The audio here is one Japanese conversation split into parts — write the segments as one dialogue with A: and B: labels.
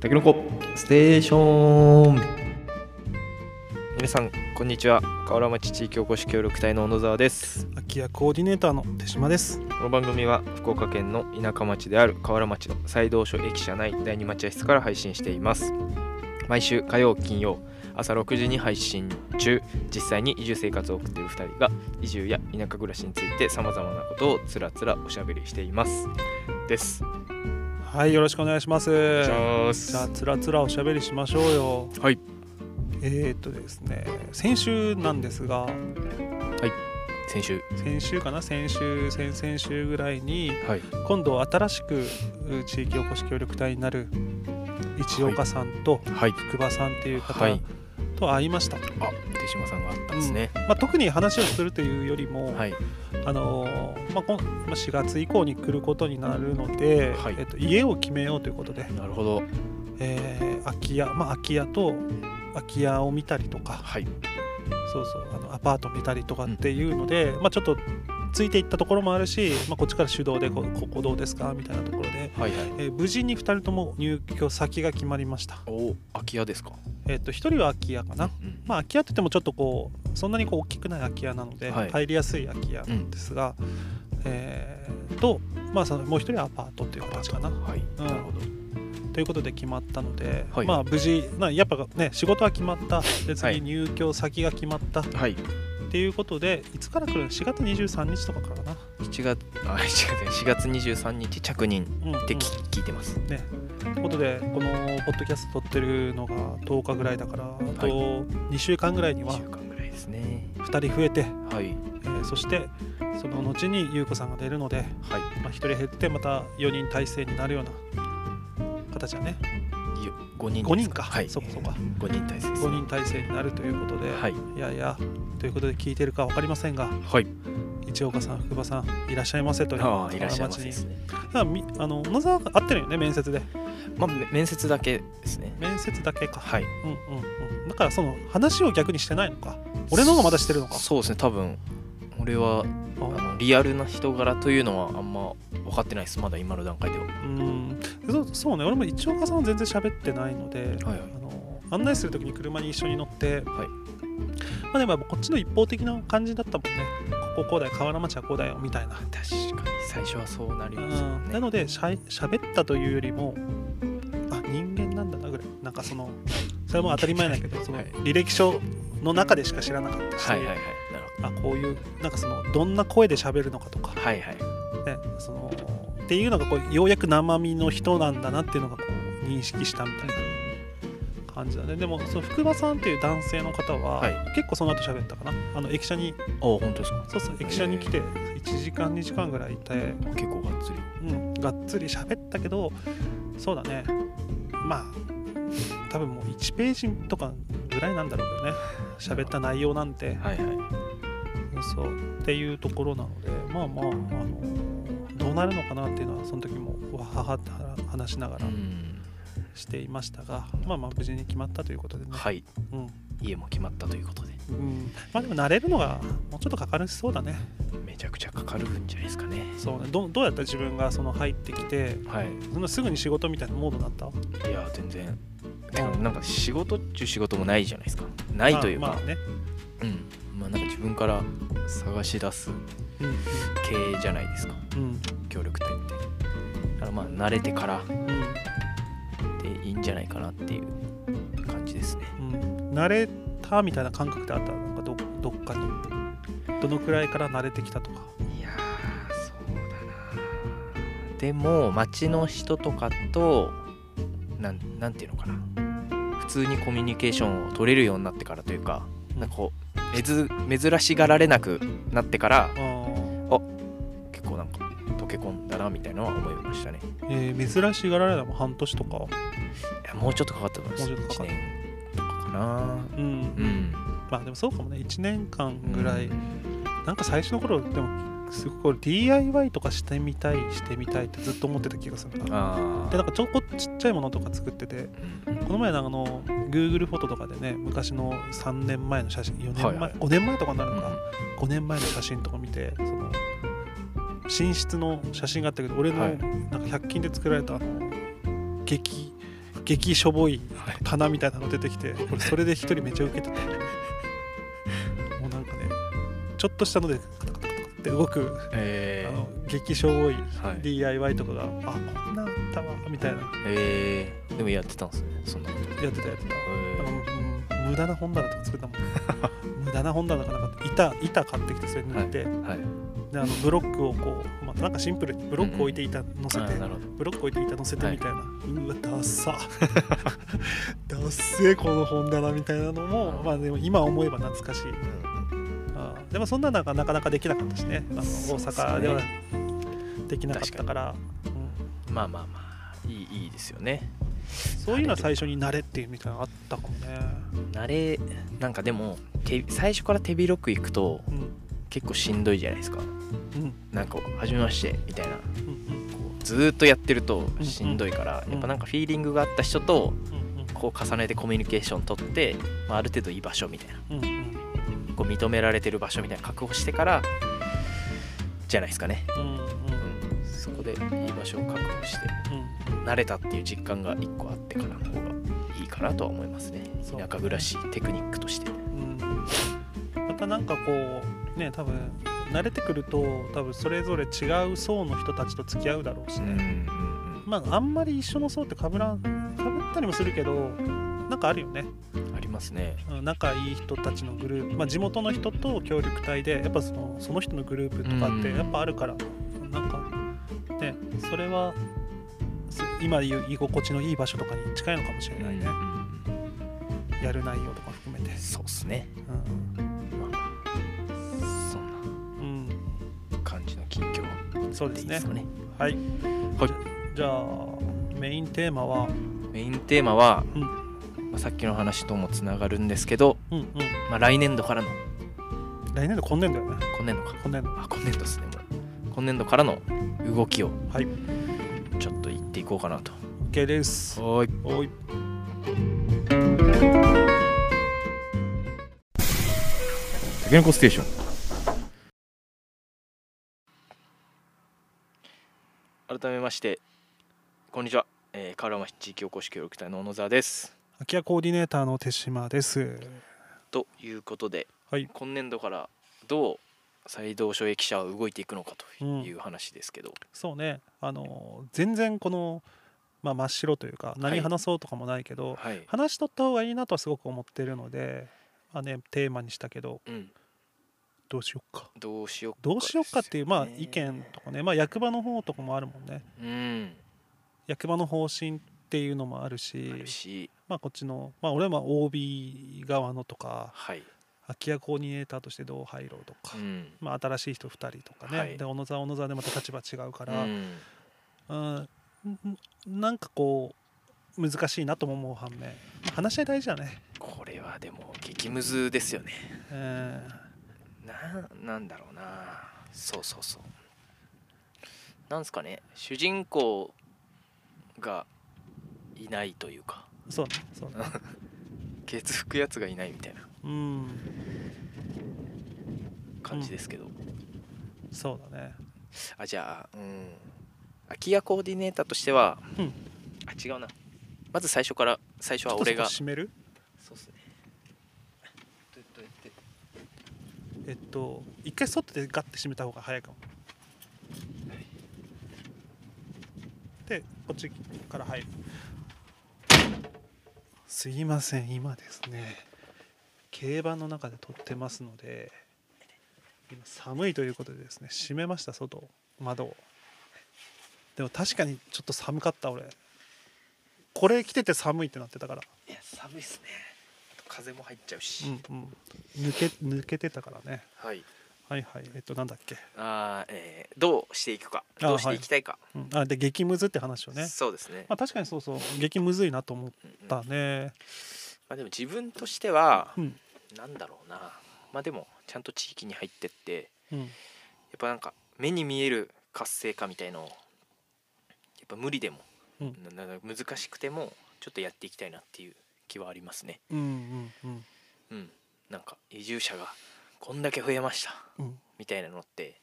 A: たけのこステーション
B: 皆さんこんにちは河原町地域おこし協力隊の小野沢です
C: 空き家コーディネーターの手島です
B: この番組は福岡県の田舎町である河原町の西道所駅舎内第二待合室から配信しています毎週火曜金曜朝6時に配信中実際に移住生活を送っている2人が移住や田舎暮らしについてさまざまなことをつらつらおしゃべりしていますです
C: はいよろしくお願いします
B: じ
C: じ
B: ゃあ
C: ゃあつらつらおしゃべりしましょうよ
B: はい
C: えー、っとですね先週なんですが
B: 先週
C: 先週かな先週先々週ぐらいに
B: はい
C: 今度新しくう地域おこし協力隊になる一岡さんと
B: はい
C: 福場さんっていう方
B: はい
C: と会いました、
B: あ手島さんがあったんですね、
C: まあ、特に話をするというよりも、
B: はい
C: あのーまあ、こんまあ4月以降に来ることになるので、
B: はい
C: えっと、家を決めようということで、
B: なるほど
C: えー空き家、まあ、空き家と空き家を見たりとか
B: はい
C: そうそうあのアパート見たりとかっていうので、まあ、ちょっとついていったところもあるし、まあ、こっちから手動でこうここどうですかみたいなところで、
B: はいはい
C: えー無事に2人とも入居先が決まりました、
B: おお空き家ですか
C: えっと1人は空き家かな、
B: うん
C: まあ、空き家って言ってもちょっとこうそんなにこう大きくない空き家なので、
B: はい
C: 入りやすい空き家なんですが、えーと、まあ、そのもう一人はアパートっていう形かな。
B: はい、
C: うん
B: なるほど
C: ということで決まったので、
B: はい
C: まあ、無事なやっぱね仕事は決まったで
B: は
C: 次
B: い
C: 入居先が決まったっ
B: はい
C: ていうことで、い、つから来るの4月23日とかからかな、
B: 7月あ4月23日着任
C: うんうん
B: ってき聞いてます
C: ね。ということでこのポッドキャスト撮ってるのが10日ぐらいだからあと2週間ぐらいに
B: 2
C: は
B: 週間ぐらいですね
C: 2人増えて、
B: はい
C: えーそしてその後に優子さんが出るので。
B: はい
C: まあ、1人減ってまた4人体制になるような形だね
B: 5人
C: 5
B: です
C: 人か、
B: はい
C: そうかそうか
B: 5人体制です
C: 5人体制になるということで、
B: はい
C: いやいやということで聞いてるか分かりませんが
B: はい
C: 市岡さん福場さんいらっしゃいませという
B: ああいらっしゃいますです
C: た
B: ね
C: だみあの小野沢が合ってるよね面接で
B: まあめ面接だけですね
C: 面接だけか、
B: はい
C: うんうんうん、だからその話を逆にしてないのか俺の方がまだしてるのか
B: そうですね多分俺はあ
C: あ
B: のリアルな人柄というのはあんま分かってないですまだ今の段階では
C: うんそうそうね俺も市岡さんは全然喋ってないので、
B: はいはい
C: あの案内するときに車に一緒に乗って、
B: はい
C: まあ、でもやっぱこっちの一方的な感じだったもんねこここうだよ河原町はこうだよみたいな、
B: 確かに最初はそうなり
C: う
B: ますよ
C: ん、な
B: ね
C: のでしゃ喋ったというよりもあ人間なんだなぐらいなんかそのそれも当たり前だけどそ の
B: はい
C: 履歴書の中でしか知らなかったし、
B: はいはいはいなる
C: あこういうなんかそのどんな声で喋るのかとか、
B: ほどはいはい
C: ね、そのっていうのがこうようやく生身の人なんだなっていうのがこう認識したみたいな感じだねでもその福場さんっていう男性の方は、
B: はい
C: 結構その後喋ったかなあの駅舎に
B: あ本当ですか
C: そうそう駅舎に来て1時間2時間ぐらいいて、
B: 結構がっつり
C: うん、がっつり喋ったけどそうだねまあ多分もう1ページとかぐらいなんだろうけどね喋った内容なん
B: は
C: て
B: いはい
C: そうっていうところなのでまあまああのどうなるのかなっていうのはその時もわははって話しながら
B: うん
C: していましたがまあまあ無事に決まったということでね、
B: はい
C: うん
B: 家も決まったということで
C: うん、まあでも慣れるのがもうちょっとかかるしそうだね
B: めちゃくちゃかかるんじゃないですかね
C: そうねどどうやった自分がその入ってきて
B: はい
C: そんなすぐに仕事みたいなモードになった
B: いや全然てかなんか仕事っちゅう仕事もないじゃないですかないというか、
C: まあまあね、
B: うんまあなんか自分から探し出す
C: う
B: 系じゃないですか
C: んうん
B: 協力隊ってだからまあ慣れてからでいいんじゃないかなっていう感じですね
C: うんうん、慣れたみたいな感覚ってあったなんかどどっかにどのくらいから慣れてきたとか
B: いやそうだなでも町の人とかとなんなんていうのかな普通にコミュニケーションを取れるようになってからというかなんかこうめず珍しがられなくなってから
C: あー
B: 結構なんか溶け込んだなみたいなのは思いましたね
C: えー珍しがられたもん半年とか
B: いやもうちょっとかかったと思います
C: もうちょっと
B: 1
C: かかった
B: 年とかかな
C: うん、
B: うん
C: まあでもそうかもね1年間ぐらい、なんか最初の頃でもすごい DIY とかしてみたいしてみたいってずっと思ってた気がするな
B: あ
C: でなんかちょこちっちゃいものとか作っててこの前なんかあの Google フォトとかでね昔の3年前の写真4年前、
B: はいはい
C: 5年前とかになるのか、5年前の写真とか見てその寝室の写真があったけど俺の
B: は
C: なん
B: い
C: か100均で作られたあの劇激しょぼい棚みたいなの出てきて俺それで一人めちゃウケ てたもうなんかねちょっとしたのでカタカタカタカタって動く
B: え
C: あ
B: ー
C: の激しょぼい
B: はい
C: DIY とかが、あこんなんあったわみたいな
B: えーでもやってたんですねそんなこと
C: やってたやってた、
B: ー
C: なんかうん無駄な本棚とか 作ったもん無駄な本棚がなんか板板買ってきてそれ塗って、
B: はい
C: であのブロックをこう、まあ、なんかシンプルにブロック置いて板乗せ
B: あ
C: て、
B: ーなるほど
C: ブロック置いて板乗せてみたいな、うわダッサ ダッセーこの本棚みたいなのも、まあでも今思えば懐かしいあーでもそんなのがなかなかできなかったしねあの大
B: そうですね
C: 阪ではできなかったからうん
B: まあまあまあいいいいですよね
C: そういうのは最初に慣れっていうみたいなのあったかもね、
B: 慣れなんかでも手最初から手広くいくと
C: うん
B: 結構しんどいじゃないですか
C: うん
B: なんか初めましてみたいな
C: うんうん
B: こうずーっとやってると
C: うん
B: しんどいから、
C: うん
B: やっぱなんかフィーリングがあった人と
C: うん
B: こう重ねてコミュニケーション取って、まあ、ある程度居場所みたいな
C: うんうん
B: こう認められてる場所みたいな確保してからじゃないですかね、
C: うんうん
B: うん、そこで居場所を確保して
C: う
B: 慣れたっていう実感が1個あってからの方がいいかなとは思いますね
C: そう
B: 田舎暮らしテクニックとして
C: んうんまたなんかこうね多分慣れてくると多分それぞれ違う層の人たちと付き合うだろうしね、まああんまり一緒の層ってかぶらんかぶったりもするけどなんかあるよね
B: ありますね
C: うん仲いい人たちのグループ、まあ、地元の人と協力隊でやっぱそのその人のグループとかって
B: うん
C: やっぱあるから、なんかねそれはす今言う居心地のいい場所とかに近いのかもしれないね、やる内容とか含めて、
B: そうっすねそん
C: うん
B: な感じの近況
C: うん、そうで
B: ですいい
C: ね
B: ですかね
C: はい、
B: はい
C: じゃあメインテーマは
B: メインテーマは、
C: うん
B: まあさっきの話ともつながるんですけど、
C: うんうん
B: まあ、来年度からの
C: 来年度今年度よね
B: 今年度か
C: 今年度
B: あ今年度ですねもう今年度からの動きを
C: はい
B: ちょっと言っていこうかなと
C: OK です
B: はい
C: おい
A: タケノコステーション
B: 改めましてこんにちは、えー、河原町地域おこし協力隊の小野沢です
C: 空き家コーディネーターの手島です
B: ということで
C: はい
B: 今年度からどう再同所駅舎は動いていくのかとい
C: うん
B: う話ですけど、
C: そうねあの全然この、まあ、真っ白というか何話そうとかもないけど、
B: はい、
C: 話しとった方がいいなとはすごく思ってるので、まあね、テーマにしたけど
B: うん、
C: どうしよっか
B: どうしよう
C: どうしよっかっていう、まあ
B: ですよね
C: 意見とかね、まあ、役場の方とかもあるもんね
B: うん
C: 役場の方針っていうのもある
B: あ
C: し
B: るし
C: まあ、こっちの、まあ、俺はまあ OB 側のとか
B: はい、
C: 空き家コーディネーターとしてどう入ろうとか、
B: うん
C: まあ、新しい人2人とかね、
B: はい
C: で小野沢小野沢でまた立場違うか
B: う
C: ら、
B: ん
C: うん、んなんかこう難しいなとも思う反面話し合い大事だね、
B: これはでも激ムズですよね
C: うん
B: ななんだろうなそうそうそうなんすかね主人公がいないというか
C: そうねそうね、
B: ケツ吹くやつがいないみたいな
C: うん、
B: 感じですけど、
C: そうだね
B: あじゃあうん空き家コーディネーターとしては、
C: うん
B: あ違うなまず最初から最初
C: ちょ
B: は
C: っとそ
B: 俺
C: こ
B: が
C: 締める
B: そうっすねどどうやって
C: えっと一回外でガッて締めた方が早いかもでこっちから入るすいません今ですね競馬の中で撮ってますので今寒いということでですね閉めました外を窓をでも確かにちょっと寒かった俺これ着てて寒いってなってたから
B: いや寒いっすねあと風も入っちゃう
C: う
B: し、
C: んうん抜け抜けてたからね
B: はい
C: はいはいえっとなんだっけ
B: あー、えーどうしていくか
C: あ
B: どうしていきたいか、
C: うんあで激ムズって話をね、
B: そうですね
C: まあ、確かにそうそう激ムズいなと思っ
B: うんうん
C: たね
B: まあでも自分としては
C: うん
B: なんだろうなまあでもちゃんと地域に入ってってや
C: うん
B: っぱなんか目に見える活性化みたいのをやっぱ無理でも、
C: うん
B: なな難しくてもちょっとやっていきたいなっていう気はありますね
C: うんうん
B: うんなんか移住者がこんだけ増えました
C: うん
B: みたいなのって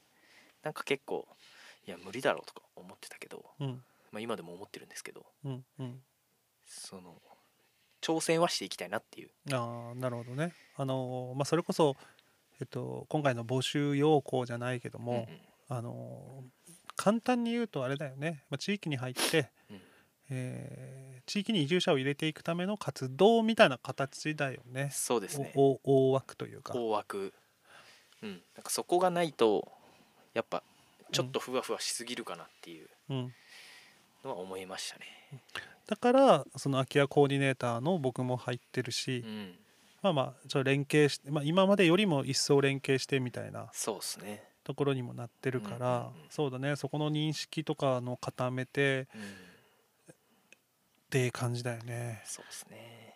B: なんか結構いや無理だろうとか思ってたけど、
C: うん
B: まあ、今でも思ってるんですけど
C: うんうん
B: その挑戦はしていきたいなっていう
C: ああなるほどね。あのーまあそれこそえっと今回の募集要項じゃないけども、あのー簡単に言うとあれだよね。まあ、地域に入って、
B: うん
C: えー地域に移住者を入れていくための活動みたいな形だよね。
B: そうですね
C: おお大枠というか。
B: 大枠うんなんかそこがないとやっぱちょっとふわふわしすぎるかなっていう
C: うん。
B: のは思いましたね
C: だからその空き家コーディネーターの僕も入ってるし、
B: うん
C: まあまあちょっと連携して、まあ、今までよりも一層連携してみたいな
B: そうですね
C: ところにもなってるから、
B: うんうんうん
C: そうだねそこの認識とかの固めて
B: うん
C: って感じだよね。
B: そうですね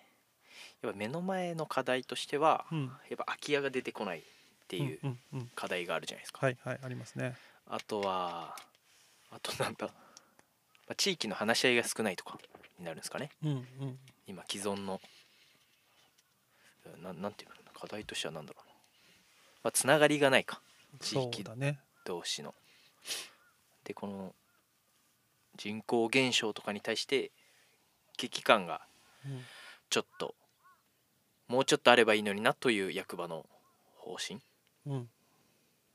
B: やっぱ目の前の課題としては
C: うん、
B: やっぱ空き家が出てこないっていう
C: うんうんうん
B: 課題があるじゃないですか
C: はいはいありますね。
B: あとはあとなんだ、まあ、地域の話し合いが少ないとかになるんですかね
C: うんうん
B: 今既存のうんなんなんていうのかな課題としては何だろうな、まあ、つながりがないか地
C: そ
B: 域
C: うだね。
B: 同士のでこの人口減少とかに対して危機感が
C: うん
B: ちょっともうちょっとあればいいのになという役場の方針っ
C: うん、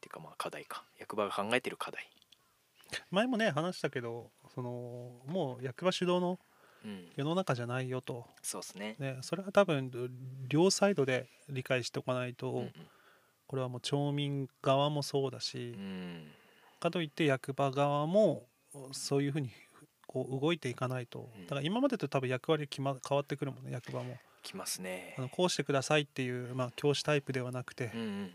B: ていうかまあ課題か役場が考えてる課題、
C: 前もね話したけどそのもう役場主導の
B: うん、
C: 世の中じゃないよと、
B: そうですね
C: ね、それは多分両サイドで理解しておかないと、
B: うんうん
C: これはもう町民側もそうだし、
B: うん
C: かといって役場側もそういうふうにこう動いていかないと
B: うん
C: だから今までと多分役割決、ま、変わってくるもんね役場も
B: きますね
C: あのこうしてくださいっていう、まあ、教師タイプではなくて
B: うん、うん、
C: ま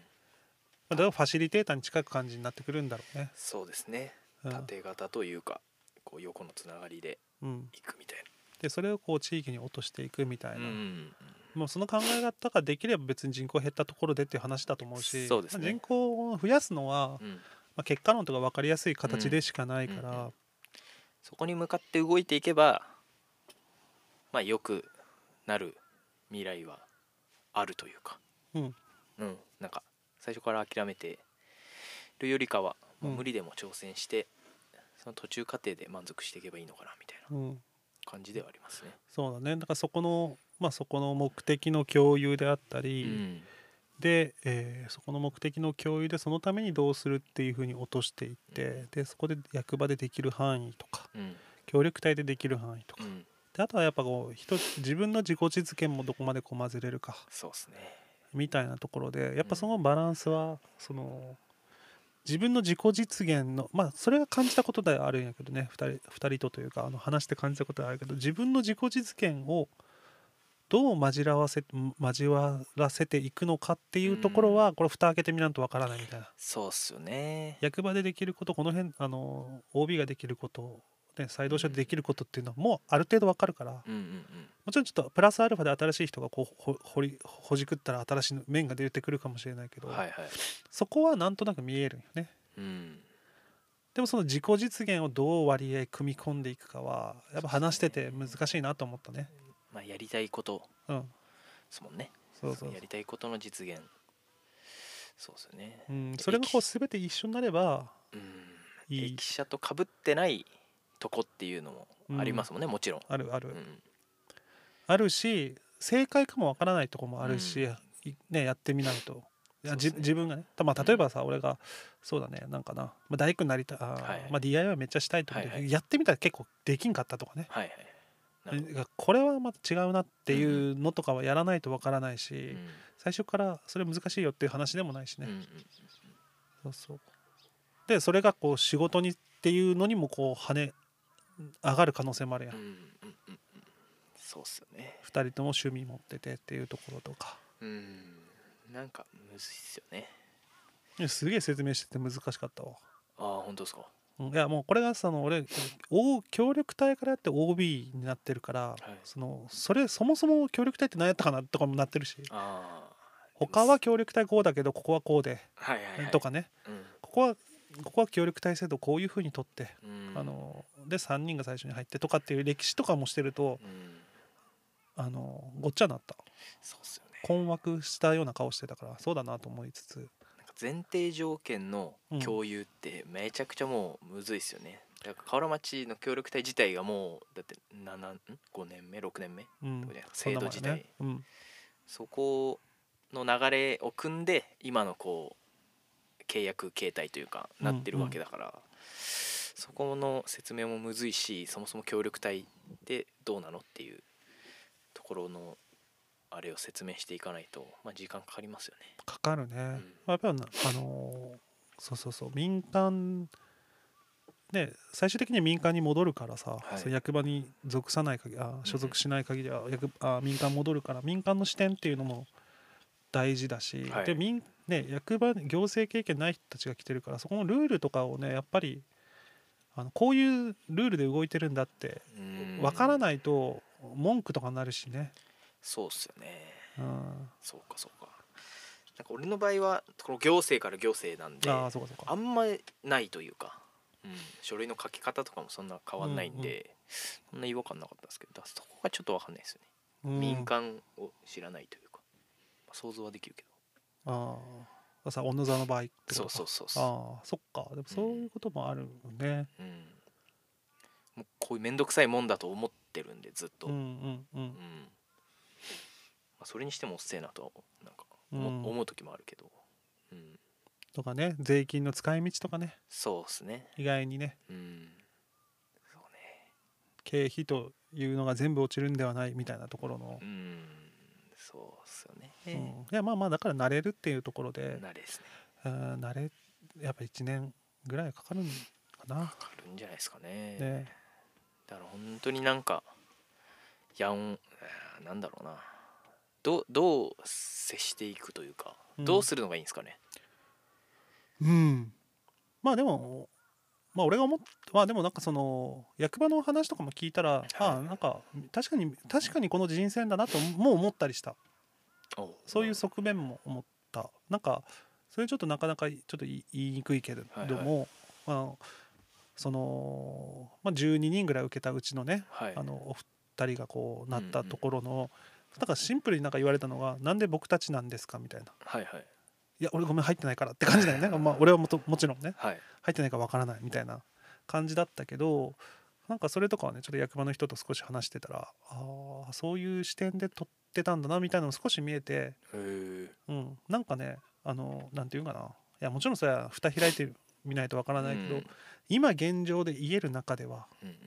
C: あ、だからファシリテーターに近く感じになってくるんだろうね。
B: そうですね
C: うん
B: 縦型というかこう横のつながりで
C: うん、
B: いくみたい
C: でそれをこう地域に落としていくみたい
B: な、
C: な、
B: ん、
C: もうその考え方ができれば別に人口減ったところでっていう話だと思うし
B: そうですね
C: まあ人口を増やすのは、
B: うん、
C: まあ、結果論とか分かりやすい形でしかないから、
B: うんうんそこに向かって動いていけばまあ良くなる未来はあるというか
C: うん
B: うんなんか最初から諦めてるよりかは、まあ
C: うん
B: 無理でも挑戦して、その途中過程で満足していけばいいのかなみたいな
C: うん
B: 感じではありますね。
C: そうだねだからそこの、まあ、そこの目的の共有であった
B: う
C: り、
B: ん、
C: で、えーそこの目的の共有でそのためにどうするっていうふうに落としていって、
B: うん
C: でそこで役場でできる範囲とか
B: うん、
C: 協力隊でできる範囲とか、
B: うん、
C: であとはやっぱこう一つ自分の自己実現もどこまでこう混ぜれるか
B: そうですね。
C: みたいなところでやっぱそのバランスはその自分の自己実現のまあそれが感じたことではあるんやけどね2人二人とというかあの話して感じたことではあるけど自分の自己実現をどう交わせ交わらせていくのかっていうところはこれ蓋開けてみないとわからないみたいな
B: そうっすよね。
C: 役場でできることこの辺あの OB ができることね、再同所でできることっていうのはもうある程度わかるから
B: うんうんうん。
C: もちろんちょっとプラスアルファで新しい人がこうほほりほじくったら新しい面が出てくるかもしれないけど、
B: はいはい。
C: そこはなんとなく見えるよね
B: うん。
C: でもその自己実現をどう割合組み込んでいくかはやっぱ話してて難しいなと思ったね
B: まあやりたいこと
C: うん
B: ですもんね。
C: そうそう
B: のやりたいことの実現。そうですよね。
C: うん、それがこう全て一緒になれば
B: うん。
C: いい
B: 駅舎と被ってないとこっていうのもありますもんね、もちろん。
C: あるある、
B: うん
C: あるし正解かもわからないとこもあるし、
B: う
C: いね、やってみないと。いや
B: そうです
C: じ
B: ね
C: 自分がね、たまあ、例えばさ、俺がそうだねなんかな、まあ、大工になりたい、あー
B: はいはい
C: まあ、DIY めっちゃしたいとか、
B: はいはい
C: やってみたら結構できんかったとかね、
B: はいはい。なるほど
C: がこれはまた違うなっていうのとかはやらないとわからないし、最初からそれ難しいよっていう話でもないし
B: うんう
C: ね、
B: ん
C: そうそうでそれがこう仕事にっていうのにもこう跳ね上がる可能性もあるやん、
B: うんうんうんうんそうっすよね。
C: 2人とも趣味持っててっていうところとか
B: うん。なんかむずいっすよね。
C: いやすげえ説明してて難しかったわ
B: ああ、本当ですか。は
C: うんいやもうこれがその俺お協力隊からやって OB になってるから、
B: い。
C: そのそれそもそも協力隊って何やったかなとかもなってるし
B: あ
C: 他は協力隊こうだけどここはこうで、
B: あ。はいはい、はい。
C: とかね
B: うん。
C: ここはここは協力体制度こういうふうに取って、
B: うん。
C: あので3人が最初に入ってとかっていう歴史とかもしてると
B: うん。
C: あのごっちゃになった
B: そうっすよね。
C: 困惑したような顔してたからそうだなと思いつつ
B: なんか前提条件の
C: うん
B: 共有ってめちゃくちゃもうむずいっすよね。だから河原町の協力隊自体がもうだって7ん5年目6年目
C: うん
B: とかじゃないですか制度自体、
C: そんなもんやね
B: そこの流れを組んで今のこう契約形態というか
C: うんう
B: なんってるわけだから、そこの説明もむずいしそもそも協力隊でどうなのっていうところのあれを説明していかないと、まあ、時間かかりますよね。
C: うん、かかるね、
B: ん
C: まあ、やっぱりなあのーそうそうそう民間ね最終的には民間に戻るからさ、
B: はい
C: そう役場に属さない限りあ所属しない限りは役、あ民間戻るから民間の視点っていうのも大事だし、
B: はい
C: で民ね役場行政経験ない人たちが来てるからそこのルールとかをねやっぱりあのこういうルールで動いてるんだって
B: うん
C: 分から
B: い
C: ないと文句とかになるしね。
B: そうっすよね
C: うん、
B: そうかそうかなんか俺の場合はこの行政から行政なんで
C: ああそうかそうか
B: あ。んまないというか、うん、書類の書き方とかもそんな変わんないんで、そんな違和感なかったですけどだそこがちょっと分かんないですよね、
C: うん
B: 民間を知らないというか、まあ想像はできるけ
C: ああさ小野座の場合ってこ
B: ど
C: と
B: そう
C: か
B: そうそうそう、
C: ああそっかでもそういうこともあるよね、
B: うん、もうこういう面倒くさいもんだと思ってるんでずっと、
C: うん、うんうん
B: うんまあ、それにしてもおっせえなとはなんか思,、
C: うん
B: 思う時もあるけど、うん、
C: とかね税金の使い道とかね
B: そうですね
C: 意外にね
B: うんそうね
C: 経費というのが全部落ちるんではないみたいなところの
B: う、んそうっすよね、
C: うん、いやまあまあだから慣れるっていうところで、
B: 慣れですね
C: うん慣れやっぱ1年ぐらいかかるんかな、
B: あるんじゃないですかね
C: ね、
B: だから本当になんかやんえーなんだろうなどうどう接していくというか、
C: うん
B: どうするのがいいんですかね
C: うんまあでもまあ俺が思ってまあでもなんかその役場の話とかも聞いたら、ああなんか確かに確かにこの人選だなともう思ったりしたそういう側面も思ったなんかそれちょっとなかなかちょっと言い言いにくいけれども、あのその、まあ、12人ぐらい受けたうちのね、
B: はい
C: あのお二人がこうなっ
B: う
C: た
B: んうん
C: ところの、だからシンプルになんか言われたのが「なんで僕たちなんですか?」みたいな「
B: はいはい
C: いや俺ごめん入ってないから」って感じだよね、まあ、俺はもともちろんね
B: はい
C: 入ってないかわからないみたいな感じだったけどなんかそれとかはねちょっと役場の人と少し話してたらあーそういう視点で撮ってたんだなみたいなのも少し見えて。
B: へー
C: うん、なんかねあのなんていうんかないやもちろんそれは蓋開いてみないとわからないけど、
B: うん
C: 今現状で言える中では
B: うんうん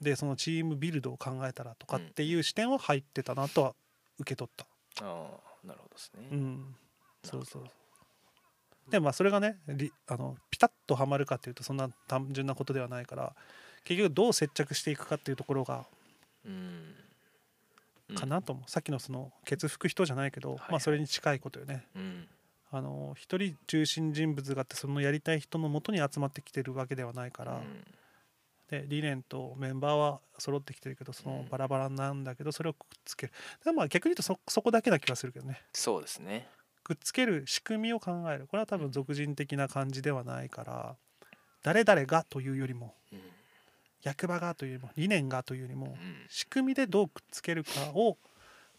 C: でそのチームビルドを考えたらとかっ
B: うん
C: ていう視点は入ってたなとは受け取った、
B: ああなるほどですね、
C: うん、
B: なる
C: そ
B: ほど
C: うそうでもまあそれがねりあのピタッとはまるかっていうとそんな単純なことではないから結局どう接着していくかっていうところが
B: うんうん
C: かなと思う、さっきのその「血服人」じゃないけど、
B: はい
C: ま
B: は
C: あ、
B: い
C: それに近いことよね。
B: うん
C: あの一人中心人物があってそのやりたい人のもとに集まってきてるわけではないから、
B: うん
C: で理念とメンバーは揃ってきてるけどそうの
B: ん
C: バラバラなんだけどそれをくっつけるでもまあ逆に言うとそそこだけな気がするけどね
B: そうですね
C: くっつける仕組みを考えるこれは多分俗人的な感じではないから誰々がというよりも
B: うん
C: 役場がというよりも理念がというよりも
B: うん
C: 仕組みでどうくっつけるかを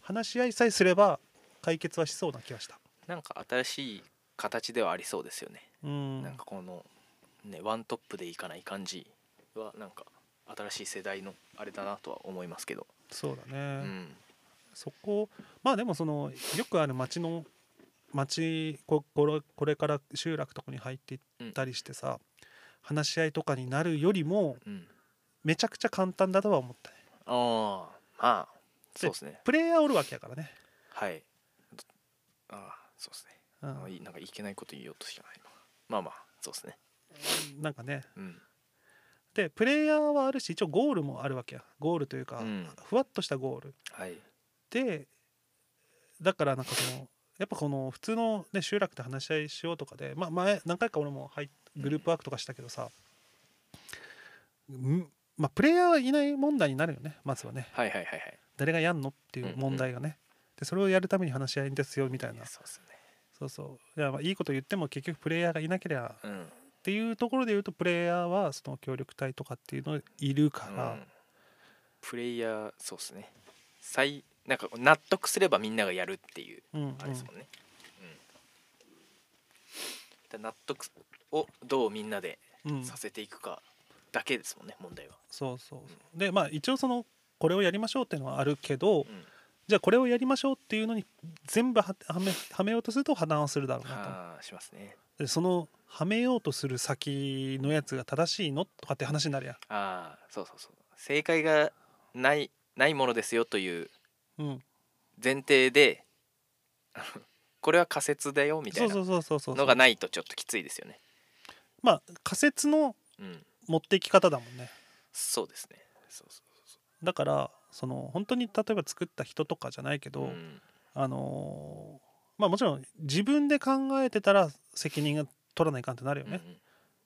C: 話し合いさえすれば解決はしそうな気がした。
B: なんか新しい形ではありそうですよね
C: うん
B: なんかこのねワントップでいかない感じはなんか新しい世代のあれだなとは思いますけど、
C: そうだね、
B: うん、
C: そこまあでもそのよくある町の町ここれこれから集落とかに入っていったりしてさ、話し合いとかになるよりも
B: うん、
C: めちゃくちゃ簡単だとは思ったね
B: ああまあそうですね
C: プレイヤーおるわけやからね、
B: はいああそうですね
C: う
B: ああ
C: ん、
B: いいなんかいけないこと言おうとしたない今まあまあそうですね
C: なんかね
B: うん
C: でプレイヤーはあるし一応ゴールもあるわけやゴールというか、
B: うん
C: ふわっとしたゴール
B: はい
C: でだからなんかそのやっぱこの普通の、ね、集落で話し合いしようとかで、まあ、前何回か俺も入っグループワークとかしたけどさ、んまあ、プレイヤーはいない問題になるよねまずはね
B: はいはいはいはい
C: 誰がやんのっていう問題がね、でそれをやるために話し合いですよみたいな
B: そうですね
C: そうそういやまあいいこと言っても結局プレイヤーがいなければ
B: うん、
C: っていうところで言うとプレイヤーはその協力隊とかっていうのいるか
B: う
C: ら、
B: ん、プレイヤーそうですね最なんか納得すればみんながやるっていう
C: うんうん
B: あれですもんね、うんだ納得をどうみんなで
C: うん
B: させていくかだけですもんね問題は
C: そうそうそうでまあ一応そのこれをやりましょうっていうのはあるけど、
B: ん
C: じゃあこれをやりましょうっていうのに全部ははめはめようとすると破談をするだろうなと
B: あーしますね
C: でそのはめようとする先のやつが正しいのとかって話になるや、
B: ああそうそうそう正解がないないものですよというん
C: うん、
B: 前提で あのこれは仮説だよみた
C: そ
B: いう
C: そ
B: な
C: うそうそうそう
B: のがないとちょっときついですよね
C: まあ仮説の
B: うん
C: 持っていき方だもんね
B: そうですねそうそ
C: だからその本当に例えば作った人とかじゃないけど、
B: ううん
C: あのーまあもちろん自分で考えてたら責任が取らないかんってなるよ
B: うんう
C: ね、
B: ん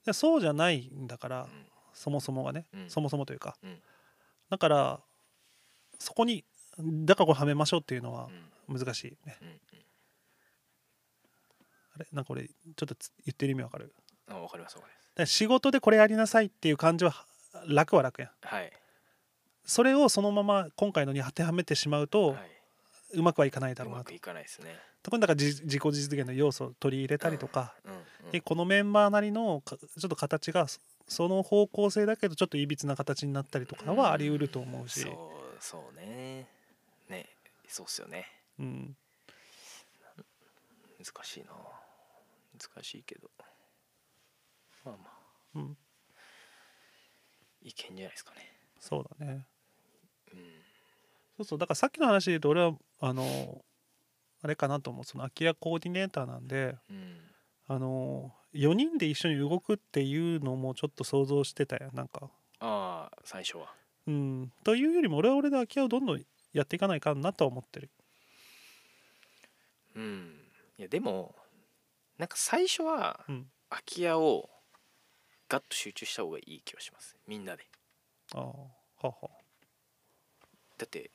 C: でそうじゃないんだから、
B: うん
C: そもそもがね、
B: うん
C: そもそもというか、
B: うん
C: だからそこにだからこれはめましょうっていうのは
B: うん
C: 難しいね、
B: うん
C: あれなんか俺ちょっとつ言ってる意味わかるだか
B: あわかりますわかります
C: ら仕事でこれやりなさいっていう感じは楽は楽やん
B: はい
C: それをそのまま今回のに当てはめてしまうと、
B: はいう
C: まくはいかないだ
B: う
C: ろうな
B: ま
C: と
B: くいかないですね
C: 特にだからじ自己実現の要素を取り入れたりとか、
B: うんうん
C: でこのメンバーなりのかちょっと形がそその方向性だけどちょっといびつな形になったりとかはあり得ると思うし、
B: そうそうねねそうっすよね
C: うん、
B: 難しいな難しいけどまあまあ
C: うん、
B: いけんじゃないですかね
C: そうだね
B: うん
C: そうそうだからさっきの話で言うと俺はあのあれかなと思うその空き家コーディネーターなんで
B: うん
C: あの4人で一緒に動くっていうのもちょっと想像してたやんなんか。
B: ああ最初は
C: うん、というよりも俺は俺で空き家をどんどんやっていかないかんなとは思ってる。
B: うんいやでもなんか最初は
C: うん
B: 空き家をガッと集中した方がいい気はしますみんなで
C: ああはあはあ
B: だって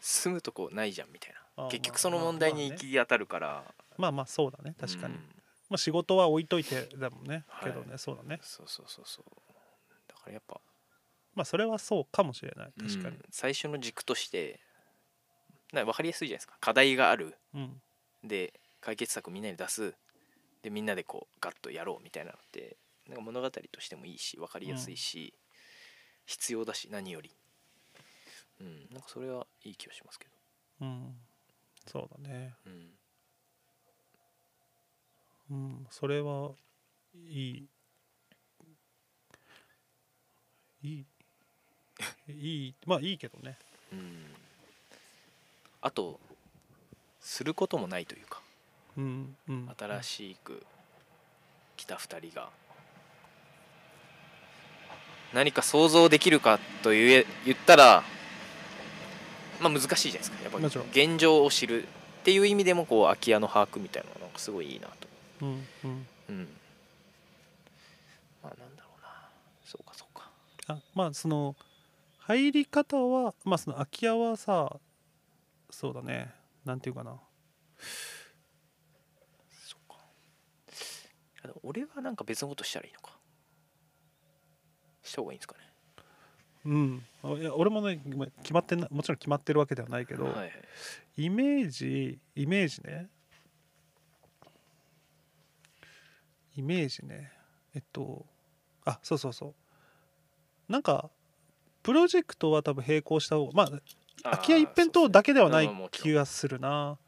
B: 住むとこないじゃんみたい
C: あ
B: な
C: ー
B: 結
C: まあ
B: 局その問題に
C: まあ
B: 行
C: ね
B: き当たるから
C: まあまあそうだね確かに、
B: うん
C: まあ、仕事は置いといてだもんね
B: はい
C: けどね、そうだね
B: そうそうそうそうだからやっぱ
C: まあそれはそうかもしれない確か
B: うん最初の軸としてな分かりやすいじゃないですか課題がある
C: に、うん
B: で解決策みんなで出すでみんなでこうガッとやろうみたいなのってなんか物語としてもいいし分かりやすいし、必要だし何よりうんなんかそれはいい気はしますけど
C: うん、そうだね
B: うん
C: うんそれはいいいいいい まあいいけどね
B: うんあとすることもないというか
C: うんうん
B: 新しく来た2人が何か想像できるかと言え言ったらまあ難しいじゃないですかやっぱ
C: もちろん
B: り現状を知るっていう意味でもこう空き家の把握みたいなのがなんかすごいいいなと
C: うんうん
B: うんまあなんだろうなそうかそうか
C: あまあその入り方はまあその空き家はさそうだねなんていうかな
B: そうかあでも俺はなんか別のことしたらいいのかした方がいいんですかね
C: うんあいや俺もねごめん決まってなもちろん決まってるわけではないけど、
B: はいはい
C: イメージイメージねイメージねえっとあそうそうそうなんかプロジェクトは多分並行した方がまあ
B: あー
C: 空き家一辺倒だけではな
B: そ
C: いう
B: ですね
C: 気がするな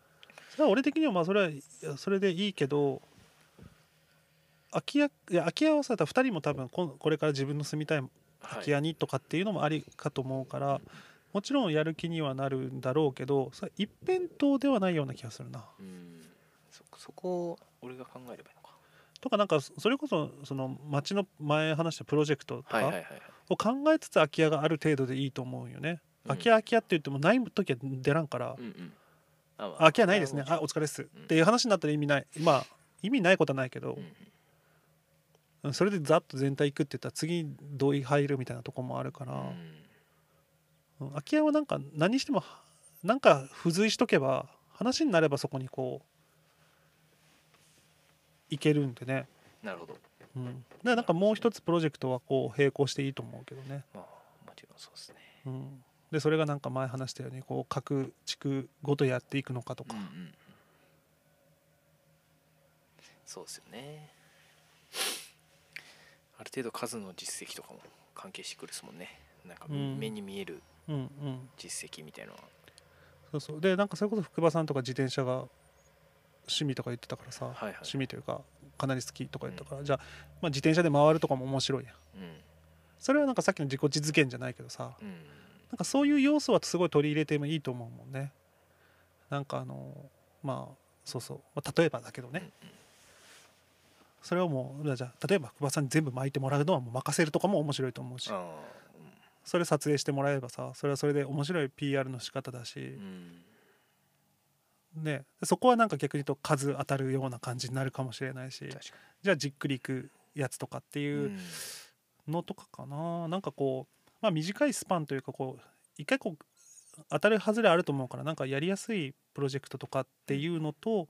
C: それは俺的にはまあそれはいやそれでいいけど空き家いや空き家はさ2人も多分こんこれから自分の住みたい
B: は
C: 空
B: い
C: き家にとかっていうのもありかと思うからもちろんやる気にはなるんだろうけどそれ一辺倒ではないような気がするな。
B: うんそそこを俺が考えればいいのか
C: とかなんかそそれこそその町の前話したプロジェクトと
B: はいはいは
C: か
B: いはい
C: を考えつつ空き家がある程度でいいと思うんよね。
B: うん
C: 空き家空き家って言ってもない時は出らんから、
B: うんうんあまあ
C: あ空き家ないですね
B: あ
C: あお疲れっす、っていう話になったら意味ないまあ意味ないことはないけど
B: うんうん、
C: うんそれでざっと全体行くって言ったら次同意入るみたいなとこもあるから。
B: うん
C: うん空き家はなんか何してもはなんか付随しとけば話になればそこにこういけるんでね、
B: なるほど
C: うん、だからなんかもう一つプロジェクトはこう並行していいと思うけどね、
B: まあもちろんそうですね
C: うん、でそれがなんか前話したようにこう各地区ごとやっていくのかとか、
B: うんうんうんそうですよねある程度数の実績とかも関係してくるですもんねなんか
C: うん
B: 目に見える
C: うんうん
B: 実績みたいなのは
C: そうそうでなんかそれこそ福場さんとか自転車が趣味とか言ってたからさ、
B: はいはい
C: 趣味というかかなり好きとか言ったから、じゃあ,、まあ自転車で回るとかも面白いやん
B: う
C: それはなんかさっきの自己実現じゃないけどさ
B: ん
C: なんかそういう要素はすごい取り入れてもいいと思うもんねなんかあのまあそうそう、まあ、例えばだけどね、それをもうじゃあ例えば福場さんに全部巻いてもらうのはもう任せるとかも面白いと思うし
B: ああ
C: それ撮影してもらえばさそれはそれで面白い PR の仕方だし、
B: うん
C: ね、そこはなんか逆に言うと数当たるような感じになるかもしれないし
B: 確か
C: じゃあじっくりいくやつとかって
B: にう
C: いうんうのとかかな、なんかこう、まあ、短いスパンというかこう一回こう当たる外れあると思うからなんかやりやすいプロジェクトとかっていうのと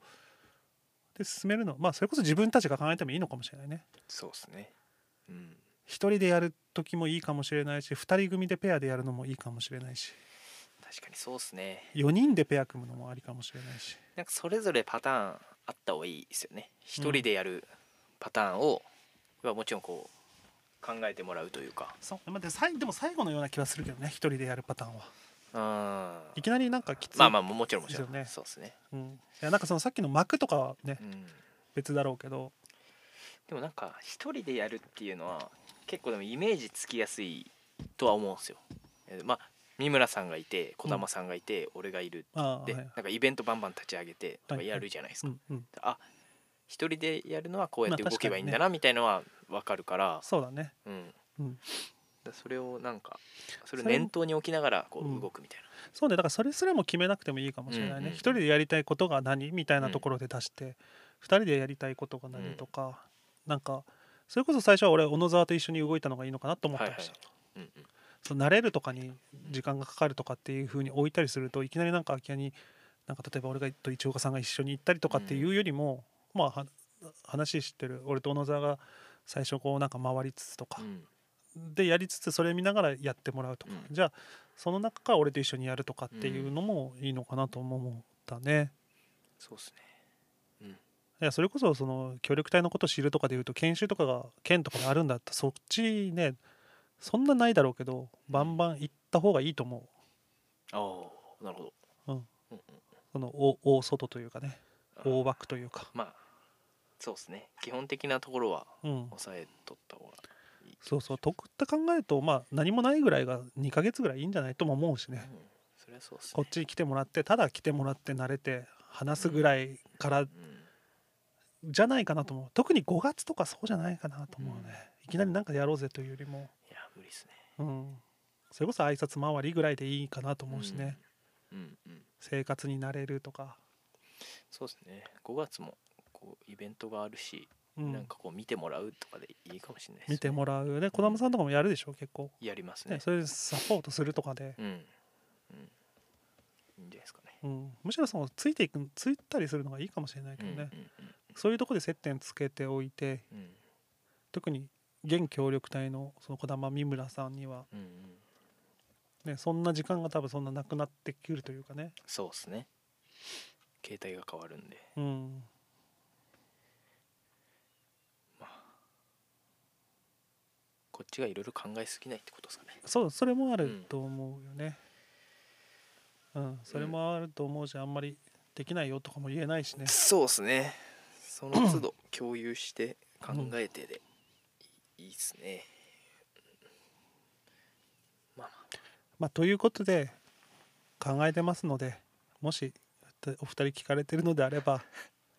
C: で進めるのまあそれこそ自分たちが考えてもいいのかもしれないね。
B: そうですねうん
C: 一人でやる時もいいかもしれないし二人組でペアでやるのもいいかもしれないし
B: 確かにそうですね
C: 4人でペア組むのもありかもしれないし
B: なんかそれぞれパターンあった方がいいですよね一
C: うん
B: 人でやるパターンを、まあもちろんこう考えてもらうというか
C: そうまあでさいでも最後のような気はするけどね一人でやるパターンは。
B: あ
C: いきなりなんかきつい、
B: まあまあもちろんもちろん、
C: ですよね
B: そうですね、
C: うん、いやなんかそのさっきの幕とかはね
B: うん、で
C: 別だろうけど
B: もなんか一人でやるっていうのは結構でもイメージつきやすいとは思うんですよえーまあ三村さんがいて児玉さんがいて、俺がいる
C: ああ
B: で、
C: はい
B: なんかイベントバンバン立ち上げてとかやるじゃないです
C: う
B: か、
C: んうん、
B: あ一人でやるのはこうやって
C: まあ
B: 動けばいいんだなみたいのは分かるから、
C: そうだね、
B: うん
C: うん、
B: だそれをなんかそれを
C: それ
B: 念頭に置きながらこ
C: う
B: うん動くみたい
C: そうねだからそれすらも決めなくてもいいかもしれない
B: うんう
C: ね
B: ん
C: 一、人でやりたいことが何みたいなところで出して、二人でやりたいことが何とか、なんかそれこそ最初は俺小野沢と一緒に動いたのがいいのかなと思ったりし
B: は
C: た、
B: いな、うん
C: その慣れるとかに時間がかかるとかっていうふうに置いたりするといきなりなんか空き家になんか例えば俺がと一岡さんが一緒に行ったりとかっていうよりも、まあは話知ってる俺と小野沢が最初こうなんか回りつつとか
B: うん、うん
C: でやりつつそれ見ながらやってもらうとか、
B: うん
C: じゃあその中から俺と一緒にやるとかっていうのもいいのかなとも思ったね。
B: そうですね
C: いやそれこそその協力隊のこと知るとかでいうと研修とかが県とかであるんだったらそっちねそんなないだろうけどバンバン行った方がいいと思う。
B: ああなるほど、
C: うん
B: うん
C: その大大外というかね
B: うん
C: 大枠というか、
B: まあそうですね基本的なところは
C: うん、
B: 抑えとった方がいい
C: そうそうとって考えるとまあ何もないぐらいが2ヶ月ぐらいいいんじゃないとも思うし
B: うん
C: ね
B: それはそうですね
C: こっちに来てもらってただ来てもらって慣れて話すぐらいから
B: うん
C: じゃないかなと思う特に5月とかそうじゃないかなと思うね、いきなりなんかやろうぜというよりも、
B: いや無理ですね
C: うん、それこそ挨拶回りぐらいでいいかなと思うしね、
B: うんうん
C: 生活に慣れるとか、
B: そうですね5月もこうイベントがあるし、
C: うん
B: なんかこう見てもらうとかでいいかもしれないです、ね、
C: 見てもらうね児玉さんとかもやるでしょ結構、
B: やります
C: ね、
B: ね
C: それでサポートするとかで
B: うん、うん、いいんじゃないですかね
C: うん、むしろそのついていくついたりするのがいいかもしれないけどね、そういうとこで接点つけておいて
B: うんうんうん
C: 特に現協力隊のその児玉三村さんには、
B: うんうん
C: ね、そんな時間が多分そんななくなってくるというかね、
B: そうですね携帯が変わるんで
C: うん、
B: こっちがいろいろ考えすぎないってことですかね
C: そうそれもあ
B: う
C: る
B: ん
C: と思うよね、うんそれもあると思うしあんまりできないよとかも言えないしね、
B: そうですねその都度共有して考えてでいいいっすねまあまあ
C: まあ、ということで考えてますのでもしお二人聞かれてるのであれば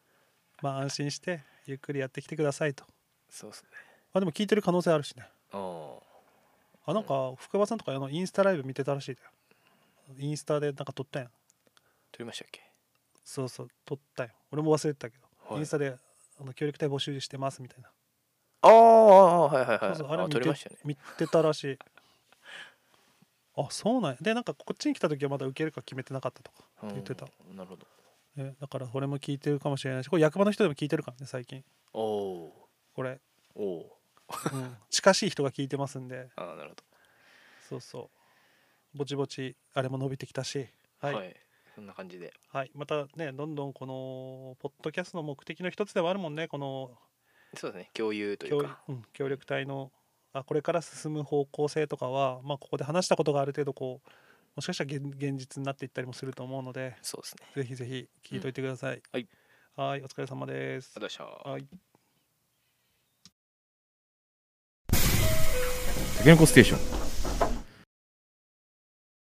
C: まあ安心してゆっくりやってきてくださいと。
B: そうですね
C: あでも聞いてる可能性あるしね
B: ああ
C: あなんか福場さんとかあのインスタライブ見てたらしいだよインスタでなんか撮ったやん
B: 撮りましたっけ
C: そうそう撮ったやん俺も忘れてたけど、
B: はい
C: インスタであの協力隊募集してますみたいな、
B: ああはいはいはい
C: そうそうあれ見
B: 撮
C: て
B: りましたね
C: 見てたらしいあそうなんやでなんかこっちに来た時はまだ受けるか決めてなかったとか
B: うん
C: 言ってた、
B: なるほど
C: ね、だからこれも聞いてるかもしれないしこれ役場の人でも聞いてるからね最近
B: お
C: これ、
B: おおお
C: うん、近しい人が聞いてますんで
B: ああなるほ
C: そうそうぼちぼちあれも伸びてきたし
B: ど
C: はい
B: はいそんな感じで
C: はい、またねどんどんこのポッドキャストの目的の一つでもあるもんねこの
B: そうですね共有とい
C: 協
B: う
C: 力
B: か、
C: うん、協力隊のあこれから進む方向性とかは、まあ、ここで話したことがある程度こうもしかしたら現現実になっていったりもすると思うので
B: そうですね
C: ぜひぜひ聞いといてください、
B: はい
C: はーいお疲れ様です
B: ありがとうございました
C: はい
A: タケノコステーション